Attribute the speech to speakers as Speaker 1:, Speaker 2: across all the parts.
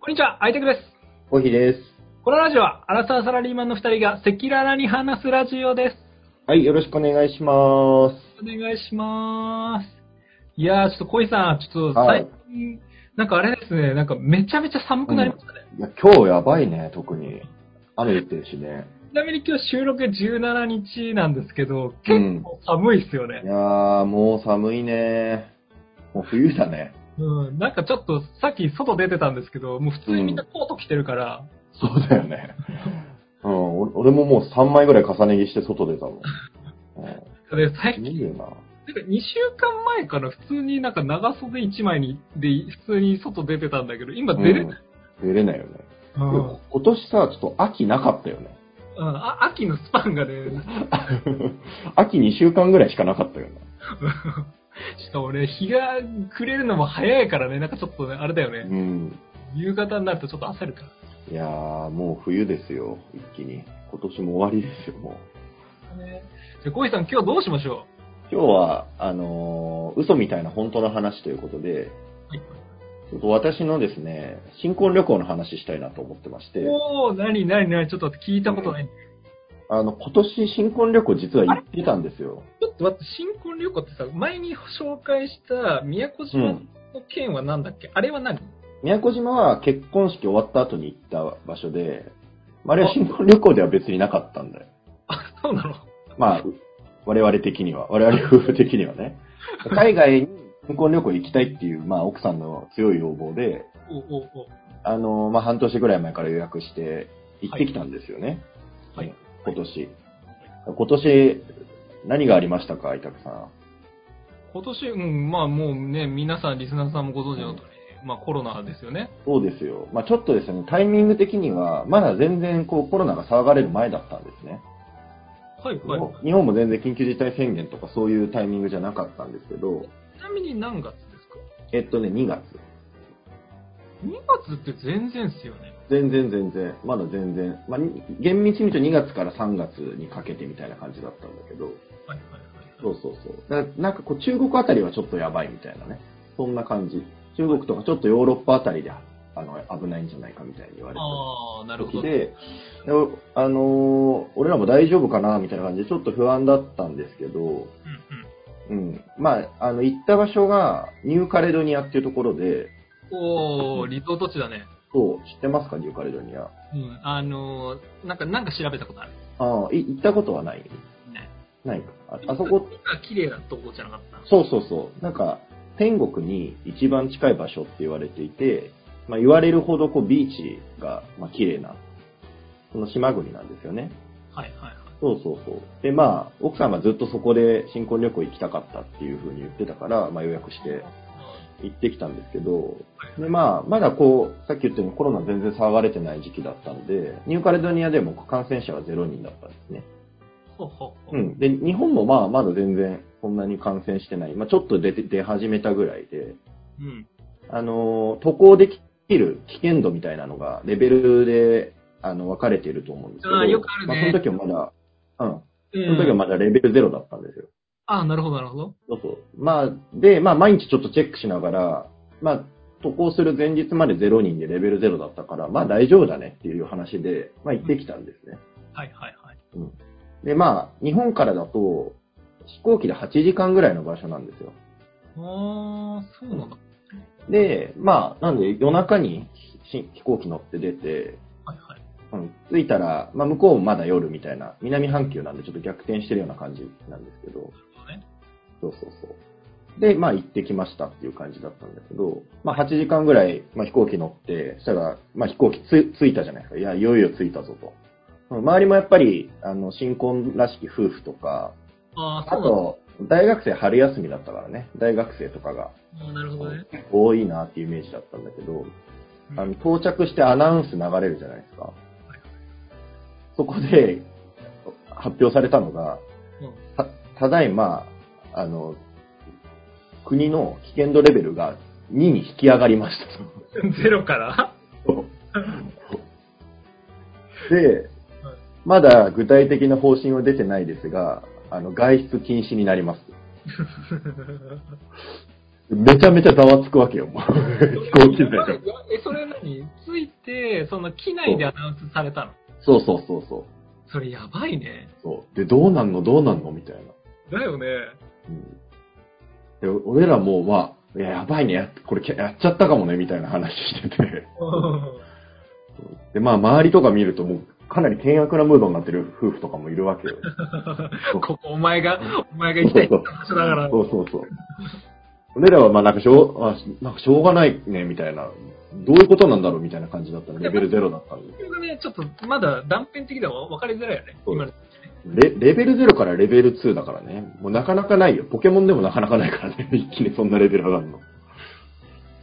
Speaker 1: こんにちは、アイテクです。
Speaker 2: コーヒーです。
Speaker 1: このラジオは、アラサーサラリーマンの二人が赤裸々に話すラジオです。
Speaker 2: はい、よろしくお願いします。
Speaker 1: お願いします。いやー、ちょっと小井さん、ちょっと
Speaker 2: は
Speaker 1: 最
Speaker 2: い
Speaker 1: 近、なんかあれですね、なんかめちゃめちゃ寒くなりましたね。
Speaker 2: いや、今日やばいね、特に。雨降ってるしね。
Speaker 1: ちなみに今日収録17日なんですけど、結構寒いっすよ
Speaker 2: い
Speaker 1: ね。
Speaker 2: やー、もう寒いね。もう冬だね。
Speaker 1: うん、なんかちょっとさっき外出てたんですけど、もう普通にみんなコート着てるから、
Speaker 2: そうだよね。うん、お俺ももう3枚ぐらい重ね着して外出たもん。う
Speaker 1: で最
Speaker 2: ん、
Speaker 1: 近、
Speaker 2: 見るな。
Speaker 1: なんか2週間前から普通になんか長袖1枚にで普通に外出てたんだけど、今出れ
Speaker 2: うん、出れないよね。
Speaker 1: うん
Speaker 2: 今年さ、ちょっと秋なかったよね。
Speaker 1: うんあ秋のスパンがね、
Speaker 2: 秋2週間ぐらいしかなかったよね。
Speaker 1: しかもね、日が暮れるのも早いからね、なんかちょっとね、あれだよ
Speaker 2: う
Speaker 1: ね、
Speaker 2: ん。
Speaker 1: 夕方になるとちょっと焦るから。
Speaker 2: いやー、もう冬ですよ、一気に。今年も終わりですよ、もう。
Speaker 1: ね、じゃあ、小石さん、今日どうしましょ
Speaker 2: 今日は、あのー嘘みたいな本当の話ということで、
Speaker 1: う、はい、
Speaker 2: ちょっと私のですね、新婚旅行の話したいなと思ってまして、
Speaker 1: おー、なになになに、ちょっと聞いたことない。
Speaker 2: あの、今年新婚旅行実は行ってたんですよ。
Speaker 1: ちょっと待って、新婚旅行ってさ、前に紹介した宮古島の県はなんだっけ、あれは何
Speaker 2: 宮古島は結婚式終わった後に行った場所で、まあ、あれは新婚旅行では別になかったんだよ。
Speaker 1: あ、そうなの
Speaker 2: まあ、う我々的には、我々夫婦的にはね。海外に新婚旅行行きたいっていう、まあ、奥さんの強い要望で、
Speaker 1: おうおうおう
Speaker 2: あの、まあ、半年ぐらい前から予約して行ってきたんですよね。
Speaker 1: はい
Speaker 2: 今年。今年、何がありましたか、伊達さん。
Speaker 1: 今年、うん、まあもうね、皆さん、リスナーさんもご存知の通り、まあコロナですよね。
Speaker 2: そうですよ。まあ、ちょっとですね、タイミング的には、まだ全然こうコロナが騒がれる前だったんですね。
Speaker 1: はい、はい。
Speaker 2: 日本も全然緊急事態宣言とかそういうタイミングじゃなかったんですけど、
Speaker 1: ちなみに何月ですか
Speaker 2: えっとね、2月。
Speaker 1: 2月って全然っすよね。
Speaker 2: 全然全然、まだ全然、まあ、に厳密に言うと2月から3月にかけてみたいな感じだったんだけど、
Speaker 1: はいはい
Speaker 2: そうそうそう。だからなんかこう中国あたりはちょっとやばいみたいなね。そんな感じ。中国とかちょっとヨーロッパあたりで、あの、危ないんじゃないかみたいに言われて
Speaker 1: ああ、なる
Speaker 2: 時
Speaker 1: ほど。
Speaker 2: で、であのー俺らも大丈夫かなみたいな感じでちょっと不安だったんですけど、
Speaker 1: うん
Speaker 2: うん。まあ、あの、行った場所がニューカレドニアっていうところで、
Speaker 1: うん、おお、リゾート地だね。
Speaker 2: そう、知ってますかニューカレドニア。
Speaker 1: うん、あのーなんか、なんか調べたことある。
Speaker 2: ああ、い行ったことはない
Speaker 1: ね、
Speaker 2: ないか。ああそこ、
Speaker 1: が綺麗なとこじゃなかった。
Speaker 2: そうそうそう。なんか、天国に一番近い場所って言われていて、まあ、言われるほどこうビーチが、まあ、綺麗な、その島国なんですよね。
Speaker 1: はいはいはい。
Speaker 2: そうそうそう。で、まあ、奥さんはずっとそこで新婚旅行行きたかったっていうふうに言ってたから、まあ、予約して行ってきたんですけど、で、まあ、まだこう、さっき言ったようにコロナ全然騒がれてない時期だったので、ニューカレドニアでも感染者は0人だったんですね。
Speaker 1: ほうほうほ
Speaker 2: う
Speaker 1: う。
Speaker 2: ん。で、日本もまあ、まだ全然そんなに感染してない。まあ、ちょっと出て、出始めたぐらいで、
Speaker 1: うん。
Speaker 2: あの、渡航できる危険度みたいなのが、レベルで、あの、分かれてると思うんですけど。
Speaker 1: あーよくあるね
Speaker 2: まあ、その時はまだ、うん。
Speaker 1: う
Speaker 2: その時は
Speaker 1: ん、
Speaker 2: まだレベル0だったんですよ。
Speaker 1: ああ、なるほどなるほど。
Speaker 2: そうそう。まあ、で、まあ、毎日ちょっとチェックしながら、まあ、渡航する前日まで0人でレベル0だったから、まあ大丈夫だねっていう話で、まあ行ってきたんですね。
Speaker 1: はいはいはい。
Speaker 2: で、まあ、日本からだと、飛行機で8時間ぐらいの場所なんですよ。
Speaker 1: ああ、そうなんだ。
Speaker 2: で、まあ、なんで夜中にし飛行機乗って出て、
Speaker 1: はいはい。
Speaker 2: うん、着いたら、まあ、向こうもまだ夜みたいな、南半球なんでちょっと逆転してるような感じなんですけど、
Speaker 1: そうね
Speaker 2: そうそうそう。で、まあ、行ってきましたっていう感じだったんだけど、まあ、8時間ぐらい、まあ、飛行機乗って、そしたら、まあ、飛行機つ着いたじゃないですか。いや、いよいよ着いたぞと。うん周りもやっぱり、あの、新婚らしき夫婦とか、
Speaker 1: ああ、
Speaker 2: あ
Speaker 1: そうなんだ
Speaker 2: と、大学生春休みだったからね、大学生とかが
Speaker 1: あー。なるほどね。
Speaker 2: 多いなっていうイメージだったんだけど、
Speaker 1: うん
Speaker 2: あの到着してアナウンス流れるじゃないですか。そこで発表されたのが、
Speaker 1: うん
Speaker 2: たただいま、あの、国の危険度レベルが2に引き上がりました
Speaker 1: ゼロ から
Speaker 2: と。で、まだ具体的な方針は出てないですが、あの、外出禁止になります。 めちゃめちゃざわつくわけよ、もう。飛行機勢が。
Speaker 1: え、それ何づいて、その機内でアナウンスされたの。
Speaker 2: そうそうそうそう。
Speaker 1: それやばいね。
Speaker 2: そう。で、どうなんのどうなんのみたいな。
Speaker 1: だよね。
Speaker 2: うん。で、俺らも、まあ、いや、やばいね。やこれけ、やっちゃったかもね、みたいな話してて。
Speaker 1: うん
Speaker 2: で、まあ、周りとか見ると、もう、かなり険悪なムードになってる夫婦とかもいるわけよ。そう
Speaker 1: ここお前が、お前が行きたいって話だから。
Speaker 2: そうそうそう。俺らは、まあ、なんかしょう、あしなんかしょうがないね、みたいな。どういうことなんだろうみたいな感じだったの。レベルゼロだったんで。
Speaker 1: それがね、ちょっとまだ断片的では分かりづらいよね。
Speaker 2: そう
Speaker 1: 今の
Speaker 2: レレベル0からレベル2だからね。もうなかなかないよ。ポケモンでもなかなかないからね。 一気にそんなレベル上がるの。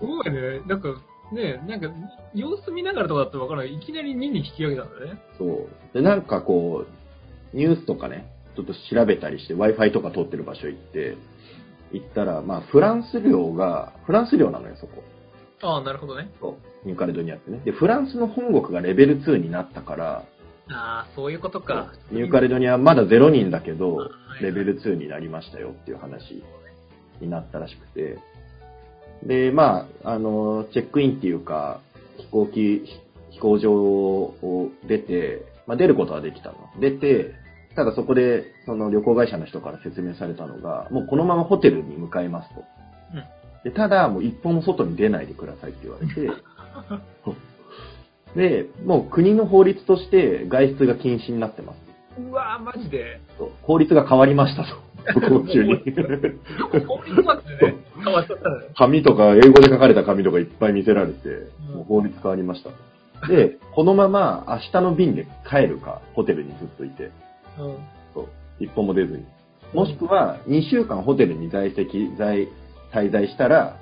Speaker 1: すごいね。なんか、ね、なんか、様子見ながらとかだって分からない。いきなり2に引き上げたんだね。
Speaker 2: そう。で、なんかこう、ニュースとかね、ちょっと調べたりして、Wi-Fi とか通ってる場所行って、行ったら、まあ、フランス領が、フランス領なのよ、そこ。
Speaker 1: ああ、なるほどね。
Speaker 2: ニューカレドニアってね。で、フランスの本国がレベル2になったから、
Speaker 1: ああ、そういうことか。
Speaker 2: ニューカレドニアはまだ0人だけど、
Speaker 1: はい
Speaker 2: レベル2になりましたよっていう話になったらしくて、で、まあ、あの、チェックインっていうか、飛行機、飛行場を出て、まあ、出ることはできたの。出て、ただそこで、その旅行会社の人から説明されたのが、もうこのままホテルに向かいますと。
Speaker 1: うん
Speaker 2: でただ、もう一歩も外に出ないでくださいって言われて、 で、もう国の法律として外出が禁止になってます。
Speaker 1: うわー、マジで。
Speaker 2: そう法律が変わりましたと。 旅行中に。
Speaker 1: 法律までね、変わっちゃったのね。
Speaker 2: 紙とか、英語で書かれた紙とかいっぱい見せられて、
Speaker 1: うん
Speaker 2: もう法律変わりましたと。で、このまま明日の便で帰るか、ホテルにずっといて、
Speaker 1: うん。
Speaker 2: そう一歩も出ずに。もしくは、2週間ホテルに在籍、在、滞在したら、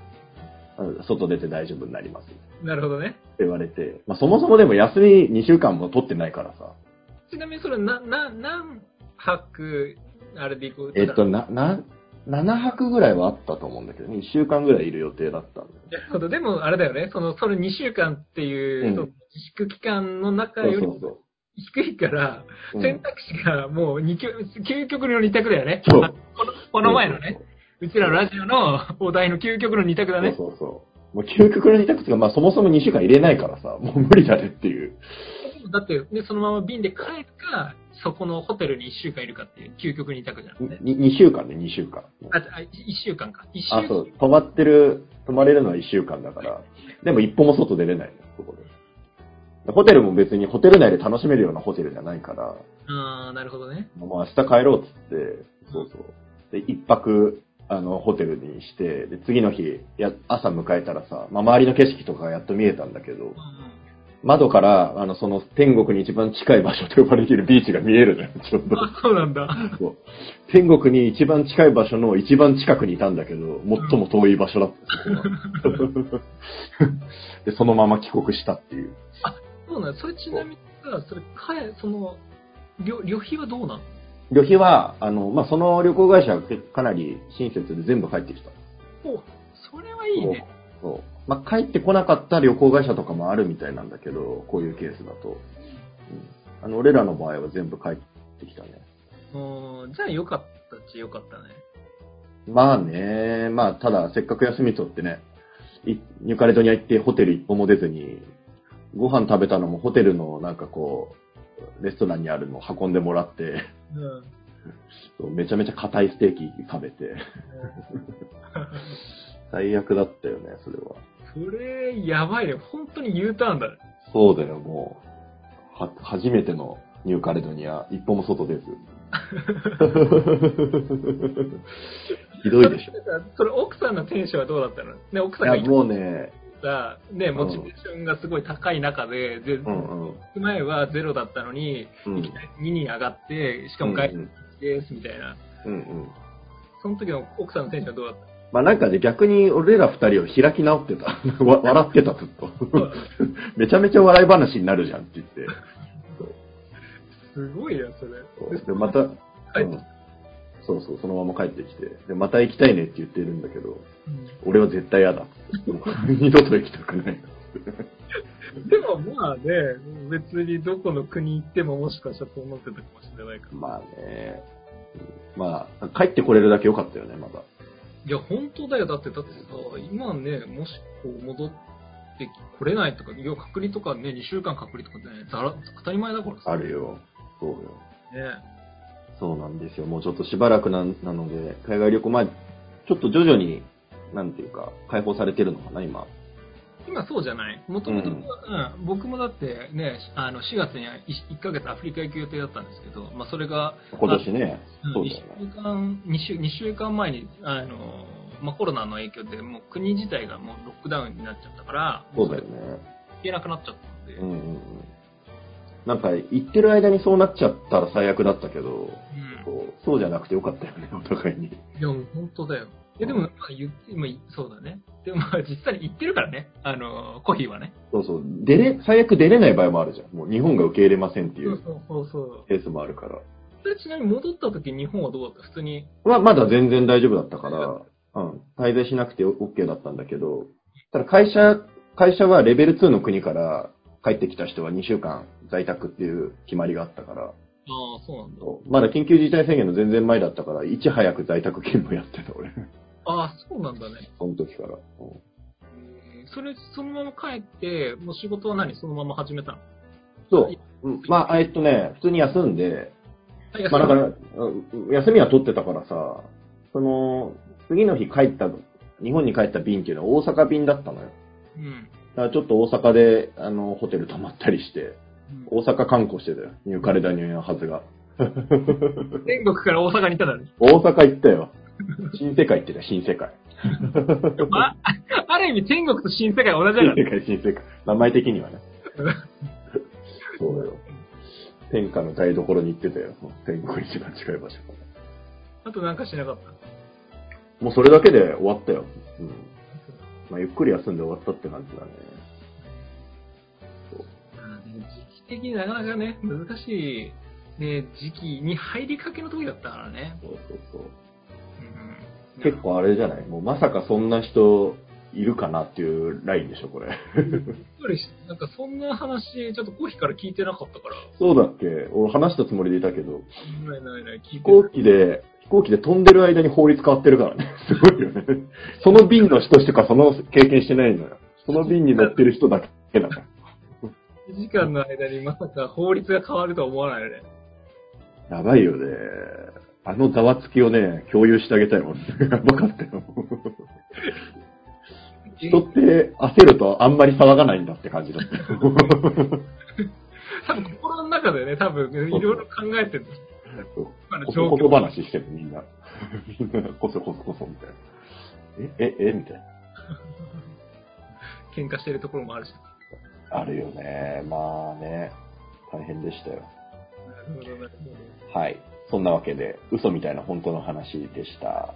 Speaker 2: あの外出て大丈夫になります。って
Speaker 1: なるほどね。
Speaker 2: 言われて、まあそもそもでも休み2週間も取ってないからさ、
Speaker 1: ちなみにそれ、な、な、何泊、あれで行こう
Speaker 2: えっと、な、な、7泊ぐらいはあったと思うんだけどね、1週間ぐらいいる予定だったんだよね
Speaker 1: なるほど。でも、あれだよね。その、それ2週間っていう、
Speaker 2: うん
Speaker 1: その自粛期間の中
Speaker 2: そう
Speaker 1: より
Speaker 2: そうそう。
Speaker 1: 低いから、
Speaker 2: うん
Speaker 1: 選択肢がもう二極、究極の二択だよね。
Speaker 2: そう
Speaker 1: あこのこの前のね、うちらのラジオのお題の究極の二択だ
Speaker 2: そうそう。
Speaker 1: ね。
Speaker 2: そうそうそう。もう究極の二択とか、まあそもそも2週間入れないからさ、も う無理だねっていう。
Speaker 1: だって、ね、そのまま便で帰るか、そこのホテルに一週間いるかっていう究極の二択じゃん、ね。
Speaker 2: 2週間ね、2週間。
Speaker 1: あ、あ一週間か。一週
Speaker 2: あ、そう。泊まってる、泊まれるのは1週間だから、でも一歩も外出れないの、そこで。ホテルも別にホテル内で楽しめるようなホテルじゃないから、
Speaker 1: あーなるほどね。
Speaker 2: もう明日帰ろうっつって、そうそう。で、一泊、あの、ホテルにして、で、次の日、や、朝迎えたらさ、まあ、周りの景色とかがやっと見えたんだけど
Speaker 1: う、ん
Speaker 2: 窓から、あの、その、天国に一番近い場所と呼ばれているビーチが見えるのよ、 ちょうど。
Speaker 1: あ、そうなんだ。
Speaker 2: そう天国に一番近い場所の一番近くにいたんだけど、最も遠い場所だ った、そこがで、そのまま帰国したっていう。
Speaker 1: そうなんだ。それちなみにさ、それ、帰、その、旅、旅費はどうなの
Speaker 2: 旅費は、あの、まあ、その旅行会社はかなり親切で全部帰ってきた。
Speaker 1: お、それはいいね。
Speaker 2: そう。そうまあ、帰ってこなかった旅行会社とかもあるみたいなんだけど、こういうケースだと。うん、あの、俺らの場合は全部帰ってきたね。
Speaker 1: うん、じゃあよかったっちゃよかったね。
Speaker 2: まあね、まあ、ただ、せっかく休み取ってね、いニューカレドニア行ってホテル一歩も出ずに、ご飯食べたのもホテルのなんかこう、レストランにあるのを運んでもらって、
Speaker 1: うん。
Speaker 2: めちゃめちゃ硬いステーキ食べて、最悪だったよね、それは。
Speaker 1: それ、やばいね。本当に U ターンだね。
Speaker 2: そうだよ、もう。は、初めてのニューカレドニア、一歩も外 出ず。ひどいでしょ。
Speaker 1: それ、奥さんのテンションはどうだったのね、奥さん
Speaker 2: い
Speaker 1: が
Speaker 2: や、
Speaker 1: 言っ
Speaker 2: もうね、
Speaker 1: た、ね、モチベーションがすごい高い中で、で、
Speaker 2: うんうん。
Speaker 1: 前はゼロだったのに、
Speaker 2: うん
Speaker 1: いきなり2に上がって、しかも外
Speaker 2: うん
Speaker 1: 出ですみたいな。
Speaker 2: うんうん。
Speaker 1: その時の奥さんのテンションはどうだっ
Speaker 2: まあなんかね、逆に俺ら二人を開き直ってた。 わ笑ってた、ずっと。 めちゃめちゃ笑い話になるじゃんって言って。
Speaker 1: たすごいよ、それ。
Speaker 2: で、また、
Speaker 1: 帰っ
Speaker 2: う
Speaker 1: て
Speaker 2: んそうそう、そのまま帰ってきて。で、また行きたいねって言ってるんだけど、
Speaker 1: うん
Speaker 2: 俺は絶対嫌だ って。もう二度と行きたくない。
Speaker 1: でもまあね、別にどこの国行ってももしかしたらそう思ってたかもしれないから。
Speaker 2: まあね。うんまあ、帰ってこれるだけ良かったよね、まだ。
Speaker 1: いや、本当だよ。だって、だってさ、今ね、もしこう戻っって来れないとか、要は隔離とかね、2週間隔離とかね、ざら当たり前だからさ。
Speaker 2: あるよ。そうよ。
Speaker 1: ね。
Speaker 2: そうなんですよ。もうちょっとしばらくなんなので、海外旅行、まあ、ちょっと徐々に、なんていうか、解放されてるのかな、今。
Speaker 1: 今そうじゃないもともと、
Speaker 2: う
Speaker 1: うんん、僕もだってね、あの、4月に 1, ヶ月アフリカ行く予定だったんですけど、まあそれが、
Speaker 2: 今年ね。
Speaker 1: う
Speaker 2: そ
Speaker 1: ん
Speaker 2: う
Speaker 1: 2
Speaker 2: だよね。
Speaker 1: 週間、2週 ,2 週間前に、あの、まあコロナの影響で、もう国自体がもうロックダウンになっちゃったから、
Speaker 2: そうだよね。
Speaker 1: 行けなくなっちゃったので、
Speaker 2: う
Speaker 1: うんん。
Speaker 2: うんうん。なんか、行ってる間にそうなっちゃったら最悪だったけど、こうそうじゃなくてよかったよね、 お互いに。
Speaker 1: いや、もう本当だよ。いや、でも、まあ、言って、まあ、そうだね。でも、まあ、実際に言ってるからね。あの、コヒーはね。
Speaker 2: そうそう。出れ、最悪出れない場合もあるじゃん。もう日本が受け入れませんっていう
Speaker 1: そうそうそう。
Speaker 2: ケースもあるから。
Speaker 1: それちなみに戻った時、日本はどうだった普通に。
Speaker 2: まあ、まだ全然大丈夫だったから、うん。滞在しなくて OK だったんだけど、ただ会社、会社はレベル2の国から帰ってきた人は2週間在宅っていう決まりがあったから、
Speaker 1: ああ、そうなんだ。
Speaker 2: まだ緊急事態宣言の全然前だったから、いち早く在宅勤務やってた 俺。
Speaker 1: ああ、そうなんだね。
Speaker 2: その時から。うん
Speaker 1: えーそれ、そのまま帰って、もう仕事は何そのまま始めたの
Speaker 2: そう。うんまあ、えっとね、普通に休んで、
Speaker 1: あいや
Speaker 2: まあだか
Speaker 1: そ
Speaker 2: ら、うん休みは取ってたからさ、その、次の日帰った、日本に帰った便っていうのは大阪便だったのよ。
Speaker 1: ううん。
Speaker 2: だからちょっと大阪で、あの、ホテル泊まったりして、
Speaker 1: うん
Speaker 2: 大阪観光してたよ。ニューカレダニアのはずが。
Speaker 1: 全国から大阪にいたんだね。
Speaker 2: 大阪行った よ。新世界行ってた、新世界。
Speaker 1: まあ、ある意味、天国と新世界は 同じだか
Speaker 2: 新
Speaker 1: らね。
Speaker 2: 世界、新世界。名前的にはね。そうよ。天下の台所に行ってたよ。天候一番近い場所から。
Speaker 1: あとなんかしなかった。
Speaker 2: もうそれだけで終わったよ。うん。まあ、ゆっくり休んで終わったって感じだね。
Speaker 1: あーでも時期的になかなかね、難しい、ね、時期に入りかけの時だったからね。
Speaker 2: そうそうそう。
Speaker 1: うん、
Speaker 2: 結構あれじゃないもうまさかそんな人いるかなっていうラインでしょ、これ。
Speaker 1: びっくりしたなんかそんな話、ちょっとコヒから聞いてなかったから。
Speaker 2: そうだっけ俺話したつもりでいたけど、
Speaker 1: ないないない、聞いてな
Speaker 2: 飛行
Speaker 1: い。
Speaker 2: 機で、飛行機で飛んでる間に法律変わってるからね。 すごいよね。その便の人しかその経験してないのよ。その便に乗ってる人だけだから。
Speaker 1: 1時間の間にまさか法律が変わるとは思わないよね。
Speaker 2: やばいよね。あのざわつきをね、共有してあげたいもん。やばかったよ。人って焦るとあんまり騒がないんだって感じだったよ。
Speaker 1: 多分心の中でね、多分ねいろいろ考えてるんです今の
Speaker 2: こ
Speaker 1: 状
Speaker 2: そこそ
Speaker 1: 況。
Speaker 2: 話してる、みんな。みんな、こそこそこそみたいな。え、え、え、みたいな。
Speaker 1: 喧嘩してるところもあるし。
Speaker 2: あるよね。まあね。大変でしたよ。
Speaker 1: なるほど、なるほど。
Speaker 2: はい。そんなわけで、嘘みたいな本当の話でした。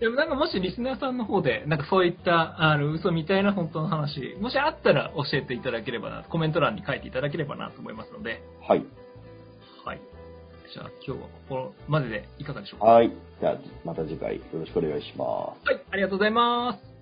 Speaker 1: でもなんかもしリスナーさんの方で、なんかそういった、あの、嘘みたいな本当の話、もしあったら教えていただければな、コメント欄に書いていただければなと思いますので、
Speaker 2: はい。
Speaker 1: はい。じゃあ今日はここまででいかがでしょうか。
Speaker 2: はい。じゃあ、また次回よろしくお願いします。
Speaker 1: はい、ありがとうございます。